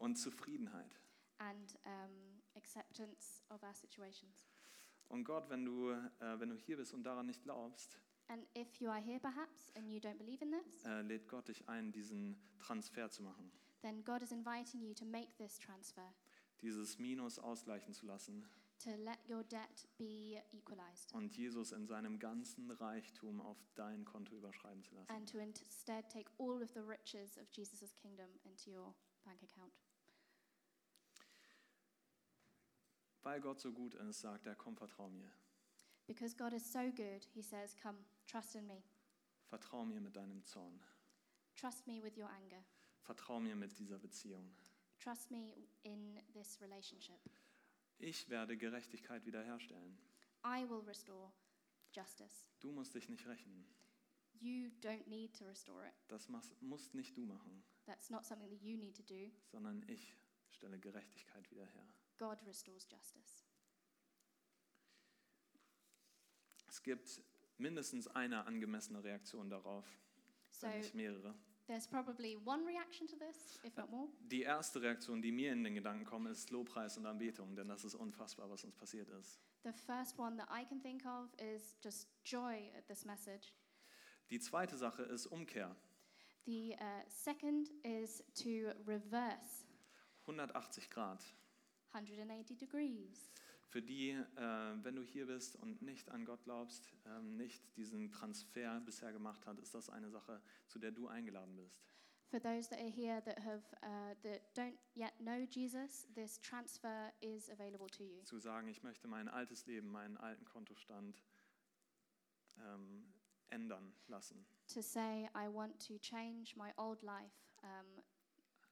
und Zufriedenheit.
and um, acceptance of our situations.
Und Gott, wenn du, äh, wenn du hier bist und daran nicht glaubst,
And if you are here perhaps and you don't believe in this,
äh, lädt Gott dich ein, diesen Transfer zu machen,
then God is inviting you to make this transfer,
dieses Minus ausgleichen zu lassen
to let your debt be equalized
und Jesus in seinem ganzen Reichtum auf dein Konto überschreiben zu lassen.
and to instead take all of the riches of Jesus' kingdom into your bank account.
Weil Gott so gut ist, sagt er, komm, vertrau mir.
Because God is so good, he says, Come, trust in me.
Vertrau mir mit deinem Zorn.
Trust me with your anger.
Vertrau mir mit dieser Beziehung.
Trust me in this relationship.
Ich werde Gerechtigkeit wiederherstellen.
I will restore justice.
Du musst dich nicht rächen.
You don't need to restore it.
Das machst- musst nicht du machen,
That's not something that you need to do.
sondern ich stelle Gerechtigkeit wieder her.
God restores justice.
Es gibt mindestens eine angemessene Reaktion darauf,
So
wenn nicht mehrere.
there's probably one reaction to this, if not more.
Die erste Reaktion, die mir in den Gedanken kommt, ist Lobpreis und Anbetung, denn das ist unfassbar, was uns passiert ist.
The first one that I can think of is just joy at this message.
Die zweite Sache ist Umkehr.
The uh, second is to reverse
180 Grad.
180 degrees.
Für die, äh, wenn du hier bist und nicht an Gott glaubst, ähm, nicht diesen Transfer bisher gemacht hat, ist das eine Sache, zu der du eingeladen bist.
For those that are here that have uh, that don't yet know Jesus, this transfer is available to you.
Zu sagen, ich möchte mein altes Leben, meinen alten Kontostand ähm, ändern lassen.
To say, I want to change my old life, um,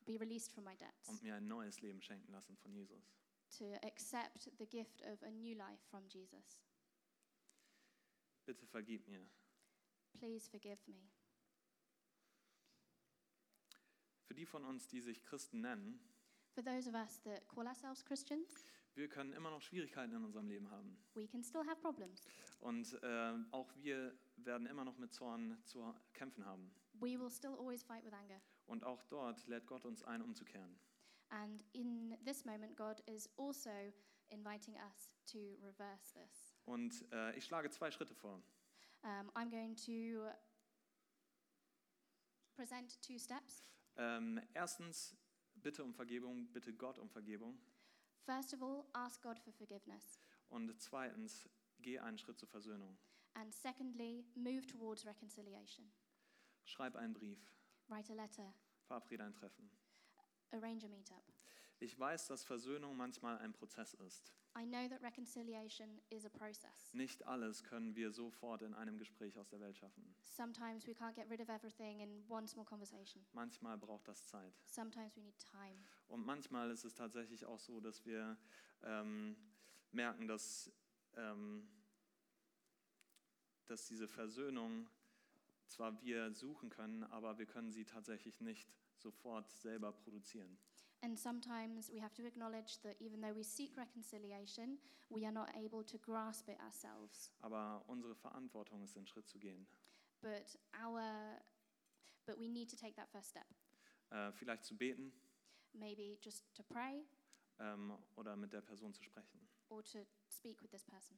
be released from my debts,
und mir ein neues Leben schenken lassen von Jesus.
to accept the gift of a new life from Jesus.
Bitte vergib mir.
Please forgive me.
Für die von uns, die sich Christen nennen,
For those of us that call ourselves Christians,
wir können immer noch Schwierigkeiten in unserem Leben haben.
we can still have problems.
Und äh, auch wir werden immer noch mit Zorn zu kämpfen haben.
We will still always fight with anger.
Und auch dort lädt Gott uns ein, umzukehren.
And in this moment, God is also inviting us to reverse this.
Und äh, ich schlage zwei Schritte vor.
Um, I'm going to present two steps.
Ähm, erstens, bitte um Vergebung, bitte Gott um Vergebung.
First of all, ask God for forgiveness.
Und zweitens, geh einen Schritt zur Versöhnung.
And secondly, move towards reconciliation.
Schreib einen Brief,
Write a letter,
verabrede ein Treffen.
arrange a meetup.
Ich weiß, dass Versöhnung manchmal ein Prozess ist.
I know that reconciliation is a process.
Nicht alles können wir sofort in einem Gespräch aus der Welt schaffen.
Sometimes we can't get rid of everything in one small conversation.
Manchmal braucht das Zeit.
Sometimes we need time.
Und manchmal ist es tatsächlich auch so, dass wir ähm, merken, dass, ähm, dass diese Versöhnung zwar wir suchen können, aber wir können sie tatsächlich nicht sofort selber produzieren.
And sometimes we have to acknowledge that even though we seek reconciliation, we are not able to grasp it ourselves.
Aber unsere Verantwortung ist, den Schritt zu gehen.
But our but we need to take that first step.
Äh, vielleicht zu beten
Maybe just to pray
ähm, oder mit der Person zu sprechen.
or to speak with this person.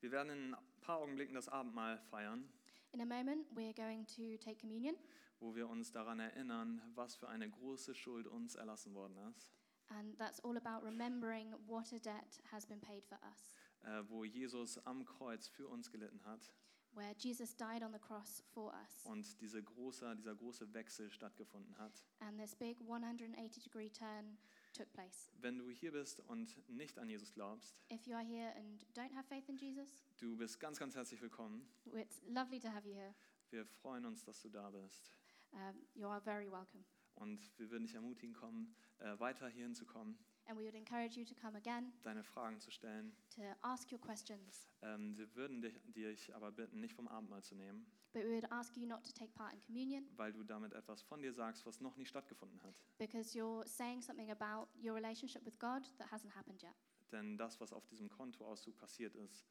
Wir werden in ein paar Augenblicken das Abendmahl feiern.
In a moment, we're going to take communion
wo wir uns daran erinnern, was für eine große Schuld uns erlassen worden ist,
And that's all about remembering what a debt has been paid for us,
äh, wo Jesus am Kreuz für uns gelitten hat
where Jesus died on the cross for us.
und diese große, dieser große Wechsel stattgefunden hat.
And this big 180 degree turn took place.
Wenn du hier bist und nicht an Jesus glaubst,
If you are here and don't have faith in Jesus,
du bist ganz, ganz herzlich willkommen.
it's lovely to have you here.
Wir freuen uns, dass du da bist.
Um, you are very welcome.
Und wir würden dich ermutigen, kommen, äh, weiter hierhin zu kommen,
And we would encourage you to come again,
deine Fragen zu stellen.
to ask your questions.
Ähm, wir würden dich, dich aber bitten, nicht vom Abendmahl zu nehmen,
But we would ask you not to take part in communion
weil du damit etwas von dir sagst, was noch nicht stattgefunden hat.
because you're saying something about your relationship with God that hasn't happened yet.
Denn das, was auf diesem Kontoauszug passiert ist,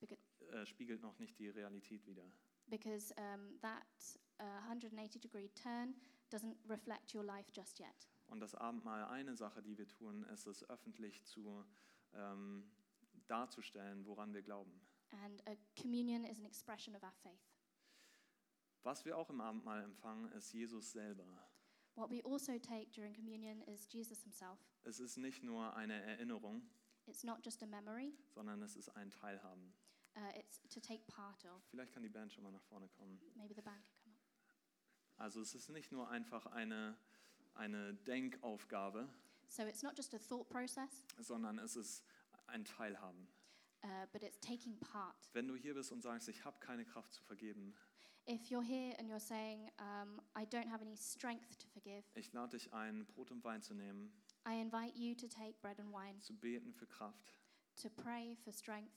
Bitte.
äh, spiegelt noch nicht die Realität wider.
because um, that uh, 180 degree turn doesn't reflect your life just yet.
Und das Abendmahl, eine Sache, die wir tun, ist es öffentlich zu ähm, darzustellen, woran wir glauben.
And a communion is an expression of our faith.
Was wir auch im Abendmahl empfangen, ist Jesus selber.
What we also take during communion is Jesus himself.
Es ist nicht nur eine Erinnerung,
It's not just a memory,
sondern es ist ein Teilhaben.
uh, it's to take part of.
Vielleicht kann die Band schon mal nach vorne kommen.
Maybe the band can come up.
Also es ist nicht nur einfach eine, eine Denkaufgabe,
So it's not just a thought process,
sondern es ist ein Teilhaben.
uh, but it's taking part.
Wenn du hier bist und sagst, ich habe keine Kraft zu vergeben,
If you're here and you're saying, um, I don't have any strength to forgive,
Ich lade dich ein, Brot und Wein zu nehmen,
I invite you to take bread and wine,
zu beten für Kraft
to pray for strength,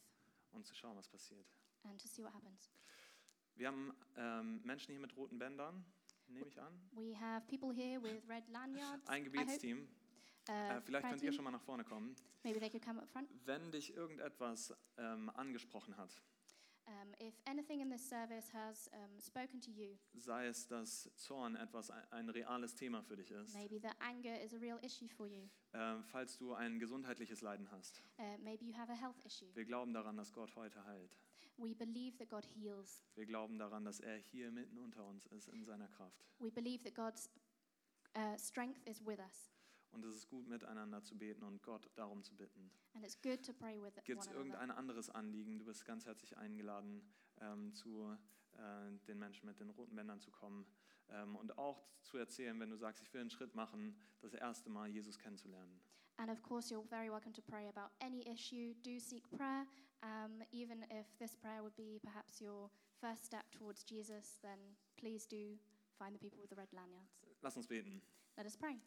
und zu schauen, was passiert.
and to see what happens.
Wir haben ähm, Menschen hier mit roten Bändern, nehme ich an.
We have people here with red lanyards.
Ein Gebetsteam.
I
Äh,
hope, uh,
vielleicht
prayer
könnt ihr
team.
schon mal nach vorne kommen.
Maybe they could come up front.
Wenn dich irgendetwas ähm, angesprochen hat,
Um, if anything in this service has um, spoken to you,
sei es, dass Zorn etwas ein, ein reales Thema für dich ist,
maybe that anger is a real issue for you.
äh, falls du ein gesundheitliches Leiden hast.
Uh, maybe you have a health issue.
Wir glauben daran, dass Gott heute heilt.
We believe that God heals.
Wir glauben daran, dass er hier mitten unter uns ist in seiner Kraft.
We believe that God's uh, strength is with us.
Und es ist gut, miteinander zu beten und Gott darum zu bitten.
And it's good to pray with
Gibt es
one another.
irgendein anderes Anliegen? Du bist ganz herzlich eingeladen, ähm, zu äh, den Menschen mit den roten Bändern zu kommen ähm, und auch zu erzählen, wenn du sagst, ich will einen Schritt machen, das erste Mal Jesus kennenzulernen.
And of course, you're very welcome to pray about any issue. Do seek prayer. Um, even if this prayer would be perhaps your first step towards Jesus, then please do find the people with the red lanyards.
Lass uns beten.
Let us pray.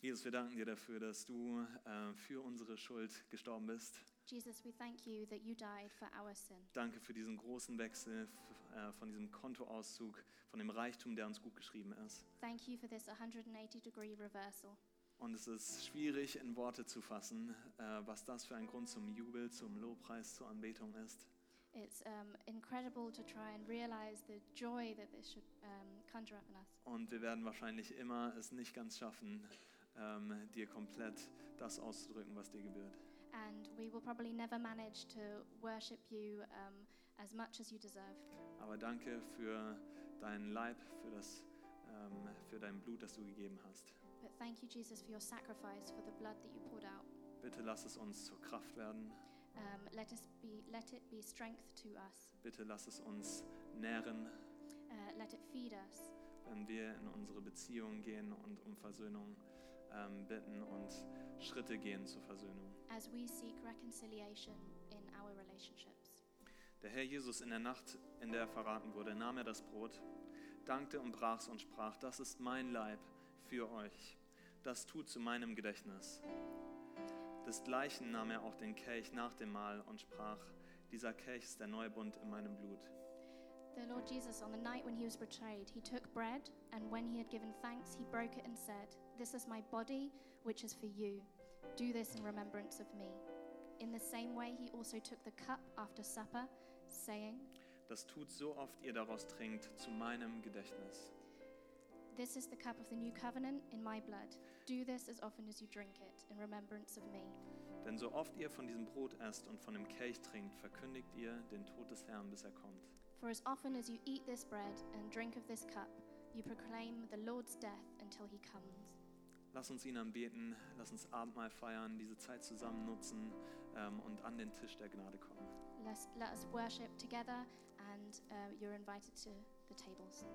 Jesus, wir danken dir dafür, dass du äh, für unsere Schuld gestorben bist.
Jesus, we thank you that you died for our sin.
Danke für diesen großen Wechsel f- äh, von diesem Kontoauszug, von dem Reichtum, der uns gut geschrieben ist.
Thank you for this 180 degree reversal.
Und es ist schwierig in Worte zu fassen, äh, was das für ein Grund zum Jubel, zum Lobpreis, zur Anbetung ist.
It's um, incredible to try and realize the joy that this should um, conjure up in us.
Und wir werden wahrscheinlich immer es nicht ganz schaffen, ähm, dir komplett das auszudrücken, was dir gebührt.
And we will probably never manage to worship you um, as much as you deserve.
Aber danke für deinen Leib, für, das, ähm, für dein Blut, das du gegeben hast.
But thank you, Jesus, for your sacrifice, for the blood that you poured out.
Bitte lass es uns zur Kraft werden.
Um, let us be, let it be strength to us.
Bitte lass es uns nähren,
Uh, let it feed us
wenn wir in unsere Beziehungen gehen und um Versöhnung ähm, bitten und Schritte gehen zur Versöhnung.
as we seek reconciliation in our relationships.
Der Herr Jesus in der Nacht, in der er verraten wurde, nahm er das Brot, dankte und brach's und sprach, das ist mein Leib für euch, das tut zu meinem Gedächtnis. Desgleichen nahm er auch den Kelch nach dem Mahl und sprach, dieser Kelch ist der Neubund in meinem Blut.
The Lord Jesus, on the night when he was betrayed, he took bread, and when he had given thanks, he broke it and said, This is my body, which is for you. Do this in remembrance of me. In the same way, he also took the cup after supper, saying,
Das tut so oft ihr daraus trinkt, zu meinem Gedächtnis.
This is the cup of the new covenant in my blood. Do this as often as you drink it in remembrance of me.
Denn so oft ihr von diesem Brot esst und von dem Kelch trinkt, verkündigt ihr den Tod des Herrn, bis er kommt.
For as often as you eat this bread and drink of this cup, you proclaim the Lord's death until he comes.
Lass uns ihn anbeten, lass uns Abendmahl feiern, diese Zeit zusammen nutzen ähm, und an den Tisch der Gnade kommen.
Let's, let us worship together, and uh, you're invited to the tables.